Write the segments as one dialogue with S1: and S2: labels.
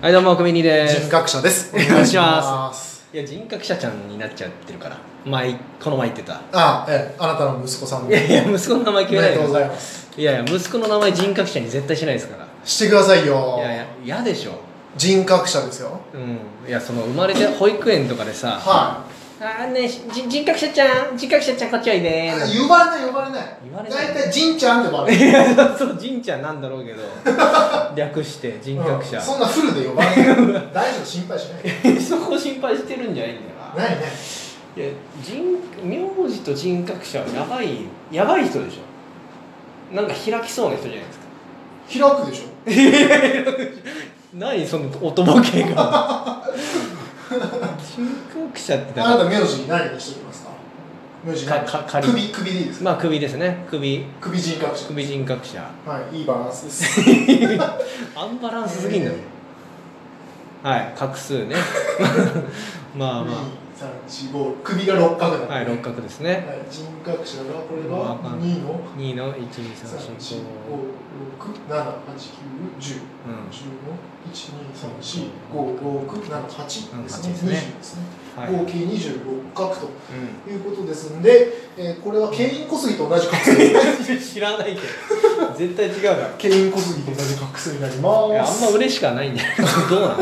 S1: はいどうもクミニで
S2: 人
S1: す
S2: 格者です。
S1: お願いします
S2: す。
S1: いや人格者ちゃんになっちゃってるから前この前言ってた
S2: あ、ええ、あなたの息子さん
S1: いやいや息子の名前
S2: お
S1: 決
S2: め
S1: めない
S2: でとうござい
S1: ま
S2: ます。
S1: すいやいや息子の名前人格者に絶対しないですから
S2: してくださいよ
S1: い。やいや嫌でしょ
S2: 人格者ですよ。
S1: うんいやその生まれて保育園とかでさ
S2: は
S1: 「あーねじ人格者ちゃん人格者ちゃんこっちおい
S2: い。
S1: でー」
S2: 呼ばれない呼ばれない。
S1: 言われない
S2: 大体じんちゃんって呼ばれる。
S1: いや そうじんちゃんなんだろうけ ど略して人格者、
S2: うんそんなフルで呼ばれない。大丈夫心配しな い。
S1: そこ心配してるんじゃないんだよな
S2: ないね。
S1: いや人名字と人格者はやばいやばい人でしょなんか開きそうな人じゃないですか
S2: 開くでしょ。
S1: 何そのおとぼけが人格者ってだ
S2: あな
S1: か
S2: た名字何にしておきますか。名字何に
S1: かか仮
S2: 首首でいいで
S1: ら
S2: すか。
S1: まあ首ですね首
S2: 首人格者。
S1: 首人格者
S2: はい、いいバランスです。
S1: アンバランスすぎんだろはい画数ね まあ
S2: 二
S1: ま
S2: 三四五首が六角だ。
S1: あはい六角ですね
S2: はい人格者がこれ
S1: わか
S2: が
S1: んない
S2: 2の
S1: 2の
S2: 3 4 5 6 7 8 9 10 11 12 13 14 15 16 17 18 19 20 21 22 23 24 25 26 27 28 29 30 31 32 33 34 35 36 37 38 39 40 41 42 43 44 45 46 47 48 49 50 51 52 53 54 55 56 57 58 59 60 61 62 63 64 65 66 67 68 69 70 71 72 73 74 75 76 77 78 79 80 81 82 83 84 85 86 87 88 89 90 91 92 93 94 95 96 97 98 99 100 101 102 103 104 105 106 107 108 109 110 111 112 113 114 115 116 117 118 119 120 121 122 123 124 125 126 127 128 129 130 131 132 133 134 135 136 137 138 139 140 141 142 143 144 145 146 147 148 149 150 151 152 153 154 155 156 157 158 159 160 161 1三四五六七八ですね。
S1: 八ですね
S2: 二十ですね。
S1: はい
S2: 合計二十六角と
S1: う
S2: いうことですんで、えーこれはケイン小杉と同じ角数ですね。
S1: ん 知らないけど絶対違うだろ
S2: ケイン小杉と同じ角数になりま。
S1: いやあんます嬉しくはないんじゃない どうなの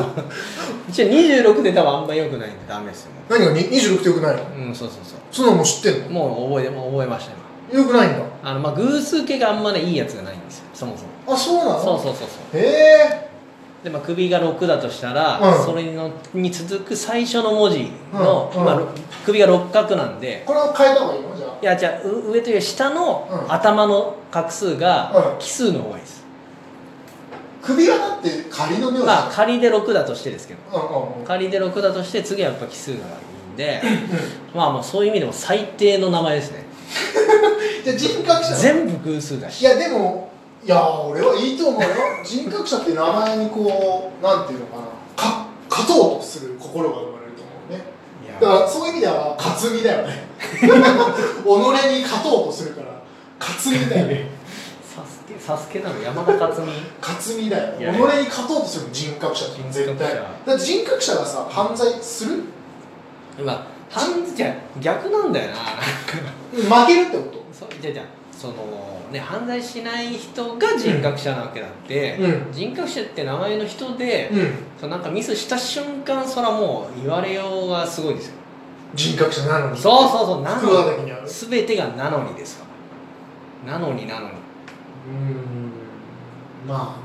S1: 一応26で多分あんま良くないんでダメですよも
S2: 何が二十六ってよくないの？
S1: ううんそうそうそ
S2: そんなのも知ってん
S1: うもう覚えもう覚えましたよ
S2: の？よくないんだ。
S1: あのまあ偶数形があんまねいいやつがないんですよそもそも
S2: あ、そうなの？
S1: そうそうそうそう
S2: へえ。
S1: でまあ、首が6だとしたら、
S2: うん
S1: それのに続く最初の文字の、
S2: うんうん
S1: まあ、ろ首が六角なんで
S2: これは変えた方がいいのじゃあ。
S1: いやじゃあう上というより下の
S2: うん
S1: 頭の画数が
S2: うん
S1: 奇数の方がいいです、
S2: 首がだって仮の名字じゃん。
S1: まあ仮で6だとしてですけど
S2: うんうんうん。
S1: 仮で6だとして次はやっぱ奇数がいいんでまあもうそういう意味でも最低の名前ですね
S2: じゃあ人格者。
S1: 全部偶数だ
S2: い
S1: し
S2: やでもいやー俺はいいと思うよ人格者って名前にこうなんていうのかなか勝とうとする心が生まれると思うね
S1: い
S2: だ
S1: や
S2: からそういう意味では担ぎだよね己に勝とうとするから担ぎだよね
S1: サスケサスケなの山田勝美
S2: 担ぎだよ
S1: いや
S2: 己に勝とうとする人格者って絶
S1: 人格
S2: 対
S1: 者
S2: だって人格者がさ犯罪する
S1: 今半じゃ逆なんだよな
S2: 負けるってこと
S1: そうじゃあじゃあそのね犯罪しない人が人格者なわけだって、
S2: うん
S1: 人格者って名前の人で、
S2: うん
S1: そうなんかミスした瞬間そらもう言われようがすごいですよ
S2: 人格者なのに
S1: そうそうそうな
S2: 福岡
S1: の
S2: だけにある
S1: に全てがなのにですからなのになのに
S2: うーんま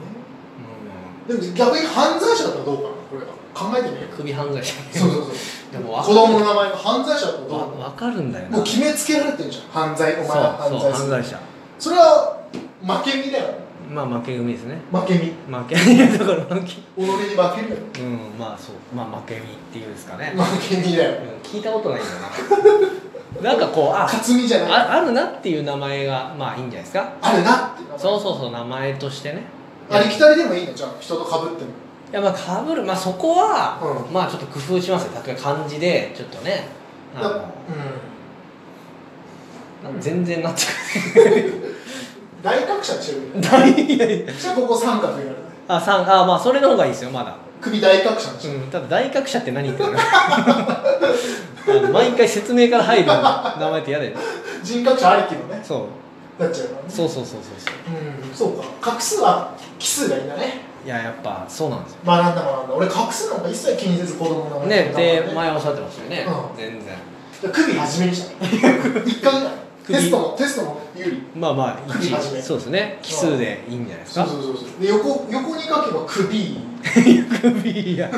S2: あね
S1: う
S2: でも逆に犯罪者だったらどうかなこれは考えてみようん
S1: 首犯罪者
S2: そうそうそう
S1: でも
S2: 子供の名前が犯罪者だったらどう
S1: わ
S2: か
S1: わかるんだよ
S2: な
S1: な
S2: もう決めつけられてるじゃん犯罪お前は
S1: そう
S2: 犯
S1: そう
S2: 罪
S1: 犯
S2: する
S1: 罪者
S2: それは負け身だよ
S1: まあ負け組ですね
S2: 負け身己
S1: 負 けだから負け
S2: に負けるよ
S1: うんまあそうまあ負け組っていうんですかね、
S2: 負け身だ
S1: う
S2: よ
S1: ん、聞いたことないんだ ななんかこうあ
S2: 勝身じゃない
S1: ああるなっていう名前がまあいいんじゃないですか
S2: あれなって
S1: そうそうそう名前としてね
S2: ありきたりでもいいのじゃあ人と被っても
S1: いやまあかぶるまあそこは、
S2: う
S1: まあちょっと工夫しますよ例えば漢字でちょっとねあ
S2: だう
S1: の
S2: ん
S1: なんか全然なっち
S2: 大格者にしてるみたい
S1: ゃういやいや
S2: なじゃあここ三角になるね
S1: あ三あまあそれの方がいいですよまだ
S2: 首大格者にしてる
S1: うん、ただ大学者って何言ってるの あの毎回説明から入る名前って嫌だよね
S2: 人格者ありきのね
S1: そう
S2: なっちゃうからね
S1: そうそうそうそうそう
S2: うん そうか画数は奇数がいいんだね
S1: いややっぱそうなんですよ
S2: 学んだ学んだ俺画数なんか一切気にせず子供の名前
S1: ねで
S2: で
S1: 前おっしゃってましたよね、
S2: うん
S1: 全然
S2: 首初めにした一回 目だテ
S1: 首
S2: ストもテストも有利
S1: まあまあ
S2: 首始め
S1: 一そうですね奇数でいいんじゃないですか
S2: そうそうそうで横横に書けば首
S1: 首や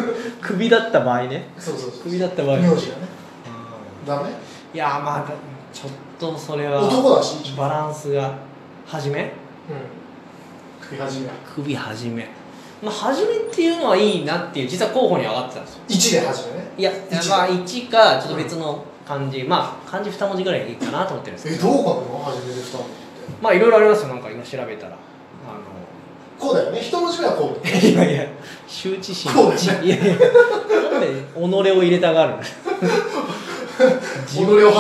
S1: 首だった場合ね
S2: そうそうそう
S1: 首だった場合
S2: 名字
S1: う
S2: がね
S1: ん
S2: ダメ
S1: いやまあだちょっとそれは
S2: 男だし一番
S1: バランスが初め
S2: うん首初め
S1: 首初めまあ初めっていうのはいいなっていう実は候補に上がってたんですよ
S2: 一で初めね
S1: いや
S2: 一
S1: まあ1かちょっと別の漢字、まあ漢字2文字ぐらいいいかなと思ってるんですけ
S2: えど
S1: ど
S2: う書くの初めで二文字って
S1: まあいろいろありますよなんか今調べたらあ
S2: こうだよね一文字目はこうだ
S1: のいやいや羞恥心
S2: こうです
S1: いやいやなんで己を入れたがるの己
S2: 己を恥じる
S1: を
S2: 己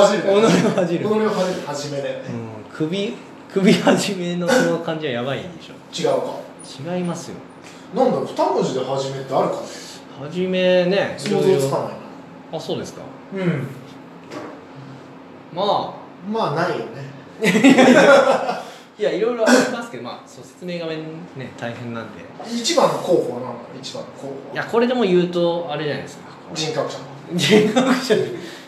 S1: 恥じる、うん、
S2: を恥じる初めだよね
S1: 首首始めのその漢字はやばいんでしょ
S2: 違うか
S1: 違いますよ
S2: なんだろう二文字で始めってあるかね
S1: はじめねい
S2: 想
S1: ろい
S2: 像
S1: ろ
S2: つか
S1: あそうですか
S2: ないなうん
S1: ま
S2: まあないよね
S1: あいやいろいろありますけどまあそう説明画面ね大変なんで
S2: 一番の候補は何なの一番の候補
S1: いやこれでも言うとあれじゃないですか
S2: 人格者
S1: 人格者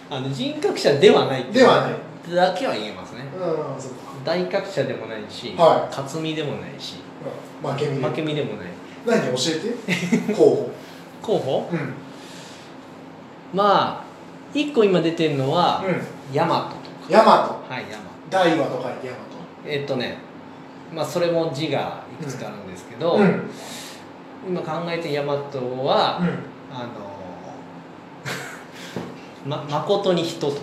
S1: あの人格者ではないっていう
S2: ではない
S1: だけは言えますね
S2: うんそうか、
S1: 大格者でもないし、
S2: は
S1: 勝みでもないし
S2: うん、負け身
S1: 負け身でもない
S2: 何教 えて候
S1: 候補
S2: 補うんうん
S1: まあ一個今出てるのは、ヤマトとか
S2: ヤマ
S1: はいヤマ
S2: ト大和と書いてヤマ
S1: トえっとねまあそれも字がいくつかあるんですけど、
S2: トうん
S1: 今考えてるヤマトは、
S2: うん
S1: あのー ま誠に人とか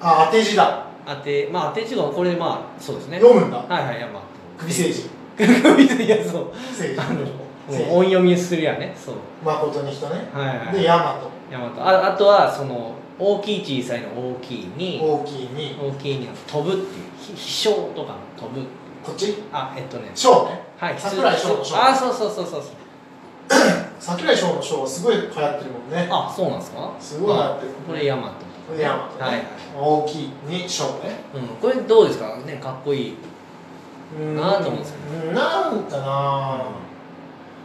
S2: あ当て字だ
S1: 例えば当てまあ当て字がこれまあそうですね
S2: 読むんだ
S1: はいはいヤマト
S2: 首政治
S1: 首筋いや そう
S2: 政
S1: あの
S2: 治
S1: 音読みするやねそう
S2: 誠に人ね
S1: はいはい
S2: でヤマト
S1: ヤマトああとはその大きい小さいの大きいに
S2: 大きいに
S1: 大きいに飛ぶっていうひ飛翔とかの飛ぶ
S2: こっち
S1: あえっとね
S2: 翔ね
S1: はい必
S2: 桜井翔の翔
S1: あそうそうそうそうそう
S2: 桜井翔の翔はすごい流行ってるもんね
S1: あそうなんですか
S2: すごい流行ってる
S1: これヤマト
S2: これヤマトね
S1: はいはい
S2: 大きいに翔ね
S1: うんこれどうですかねかっこいいなあと思うんです
S2: うんなんかな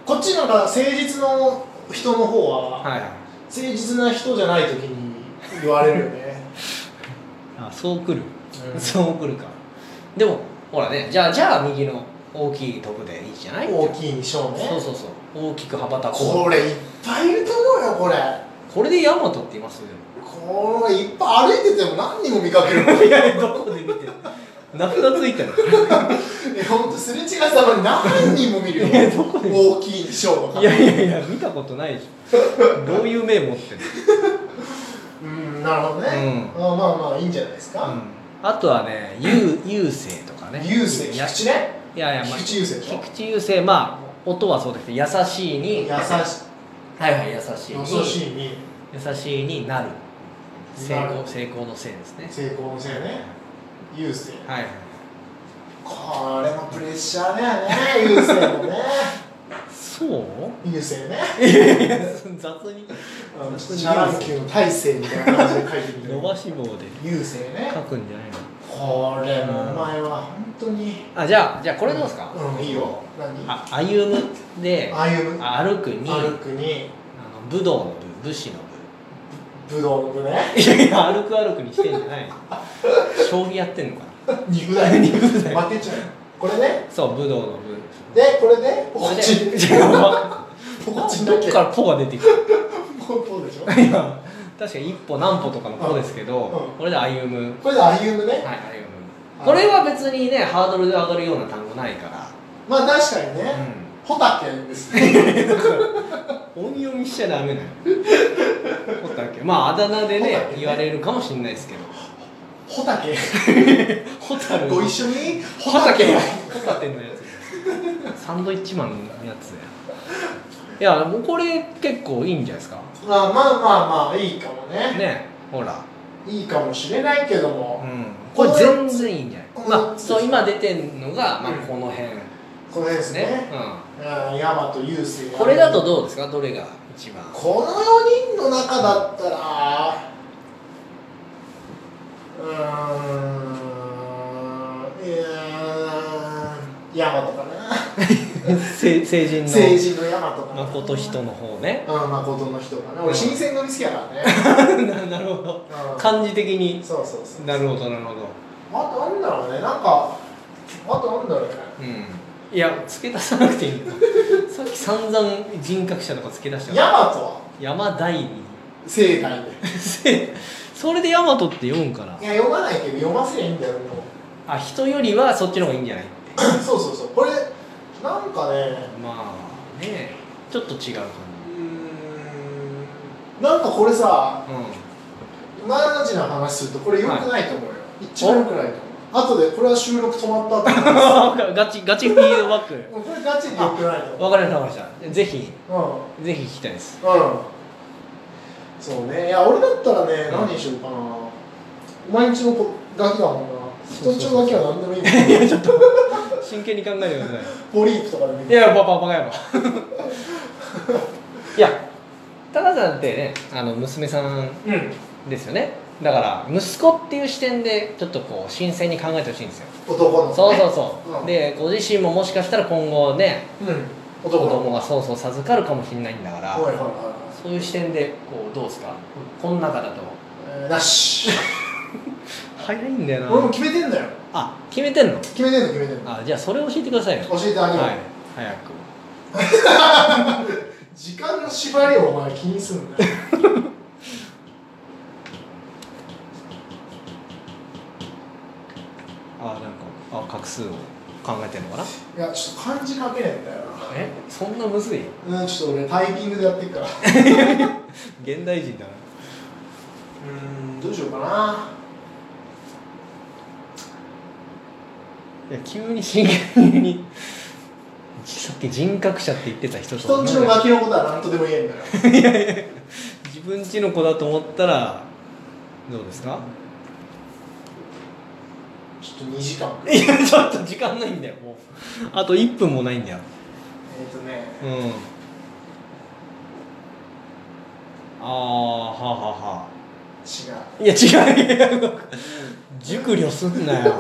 S2: こっちなんか誠実の人の方は
S1: はいはい
S2: 誠実な人じゃない時に言われるよね
S1: あそうくる
S2: うん
S1: そうくるかでもほらねじゃあじゃあ右の大きい飛ぶでいいじゃない
S2: 大きいに翔
S1: そう
S2: ね
S1: そうそう大きく羽ばたこう
S2: これいっぱいいると思うよこれ
S1: これでヤマトって言います
S2: これいっぱい歩いてても何人も見かける もんい
S1: いやどこで見てる名札ついてる
S2: やほんとすれ違いざまに何人も見るよ
S1: いやどこで
S2: 大きいに翔とか
S1: いやいやいや見たことないでしょどういう目持ってる
S2: うんなるほどね、
S1: う
S2: あまあまあいいんじゃないですか、
S1: あとはねゆう優勢とかね
S2: 優勢
S1: いや
S2: 菊池ね
S1: いやいや、まあ、
S2: 菊池優勢でしょ
S1: 菊池優勢まあ音はそうですけど優しいに
S2: 優し
S1: はいはい優しいに
S2: い優しいに
S1: 優しいになる成
S2: な
S1: 功
S2: る
S1: 成功のせいですね
S2: 成功のせいね優勢
S1: はいはい
S2: これもプレッシャーだよね優勢もね
S1: そう
S2: 優勢ね
S1: いやいや雑に
S2: あのシャラン級の大勢みたいな感じで書いてみ
S1: 伸
S2: て
S1: ばし棒で
S2: 優勢ね
S1: 書くんじゃないの
S2: これもお前は本当に
S1: あじゃあじゃあこれどうですか、
S2: うんいいよ何
S1: あ歩むで
S2: 歩む
S1: 歩くにあ
S2: 歩
S1: の
S2: くに
S1: 武道の部武士の
S2: ぶどうの部ね
S1: 部いやいや歩く歩くにしてんじゃないの将棋やってんのかな
S2: 肉だよ
S1: 肉だよ
S2: 負けちゃうこれね
S1: そう武道の部
S2: でこれねこっち
S1: で 違うわ
S2: こ
S1: ど
S2: っちだ
S1: っ
S2: け
S1: からポが出てくる
S2: こうこうでしょ
S1: いや確かに一歩何歩とかのポですけど、
S2: うんうん
S1: これで歩む
S2: これで歩むね
S1: はい歩むこれは別にねハードルで上がるような単語ないから
S2: まあ確かにね
S1: う
S2: ホタケですね
S1: ん 音読みしちゃダ メなのホタケまああだ名でね
S2: ホタケね
S1: 言われるかもしれないですけど
S2: ホタケ
S1: ホタル
S2: ご一緒に
S1: ホタテホタテのやつサンドイッチマンのやつだよいやもうこれ結構いいんじゃないですか
S2: まあまあまあまあいいかもね
S1: ねほら
S2: いいかもしれないけど
S1: う
S2: も、
S1: んこれ全然いいんじゃない
S2: この
S1: まあそう今出てんのが、まあ
S2: うん、
S1: この辺ね
S2: この辺ですねうんヤマト優勢
S1: うん、これだとどうですかどれが一 番
S2: この4人の中だったらうーんいやーヤマトかな
S1: 成成人
S2: 成
S1: の
S2: 人のヤマトかな
S1: 誠人の方ね
S2: うん誠の人かな俺新選組好きやからね、
S1: ななるほど
S2: うん
S1: 漢字的に
S2: そうそうそう
S1: なるほどなるほど
S2: あとなんだろうねなんかあとなんだろうね
S1: うんいや付け足さなくていい んださっき散々人格者とか付け出したから
S2: ヤマトは
S1: 山大に
S2: 盛大で
S1: それで大和って読むから
S2: いや読まないけど読ませりゃいいんだよ もう
S1: あ人よりはそっちの方がいいんじゃない
S2: そうそうそうこれなんかね
S1: まあねちょっと違う感
S2: うーんなんかこれさ
S1: じうん
S2: マジな話するとこれ良くないと思うよ、一番良くないと思うあとでこれは収録止まったって
S1: ガチガチフィードバック
S2: もうこれガチに良くないと思
S1: わかりましたわかりましたぜひ
S2: ううん
S1: ぜひ聞きたいです
S2: うんそうねいや俺だったらね、
S1: うん
S2: 何にしようかな毎日のこガキだもんな
S1: そう
S2: 人
S1: んそう
S2: ち
S1: そ
S2: の
S1: う
S2: ガキは何でもいいもん
S1: 真剣に考えてください
S2: ポリープとかで見
S1: いや、バカバカやろ。 いや、タナさんってね、あの娘さん
S2: うん
S1: ですよね。だから息子っていう視点でちょっとこう新鮮に考えてほしいんですよ。
S2: 男の
S1: そうそうそう。
S2: うん
S1: で、ご自身ももしかしたら今後ね、
S2: ううん
S1: 子
S2: 男の
S1: 供がそうそう授かるかもしれないんだから、
S2: はいはいは
S1: そういう視点でこうどうですか。この中だと
S2: いはいえーなし
S1: 早いんだよ
S2: 俺も。決めてんだよ
S1: あ、決めてんの。
S2: 決めてんの決めてんの
S1: あ、じゃあそれ教えてくださいよ。
S2: 教えてあげよう、
S1: はい。早く。
S2: 時間の縛りをお前気にすんなよ
S1: あ、なんかあ画数を考えてるのかな。
S2: いやちょっと漢字書けねえんだよ
S1: え、そんなむずい。
S2: なうんちょっと俺タイピングでやってっからう
S1: 現代人だな
S2: ーんどうしようかな
S1: や
S2: い
S1: 急に真剣にさっき人格者って言ってた人と
S2: 人んちのガキのことは何とでも言えんだよ
S1: 自分家の子だと思ったらどうですか
S2: ちょっと2時間くらい
S1: いやちょっと時間ないんだよもうあと1分もないんだよ
S2: えっ、とね
S1: うんああはあはあは
S2: 違う
S1: あいや違う熟慮すんな よ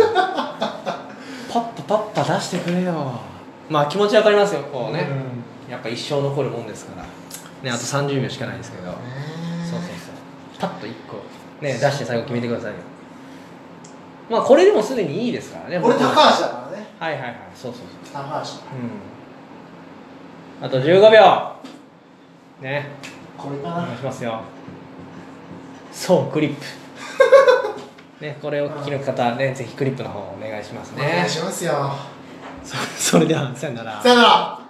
S1: パッパパッパ出してくれよまあ気持ちわかりますよこうね、
S2: ん
S1: やっぱ一生残るもんですからねあと30秒しかないですけど、そうそうそうパッと1個ね出して最後決めてくださいよまあこれでもすでにいいですからね
S2: 俺高橋だ
S1: は
S2: からね
S1: いはいはいそうそうそ
S2: 高橋
S1: ううんあと15秒ね
S2: これか
S1: お
S2: な
S1: 願いしますよそうクリ ップねこれをお聞きの方ねぜひクリップの方お願いします
S2: お
S1: ね
S2: 願いしますよ
S1: そそれではさよなら
S2: さよなら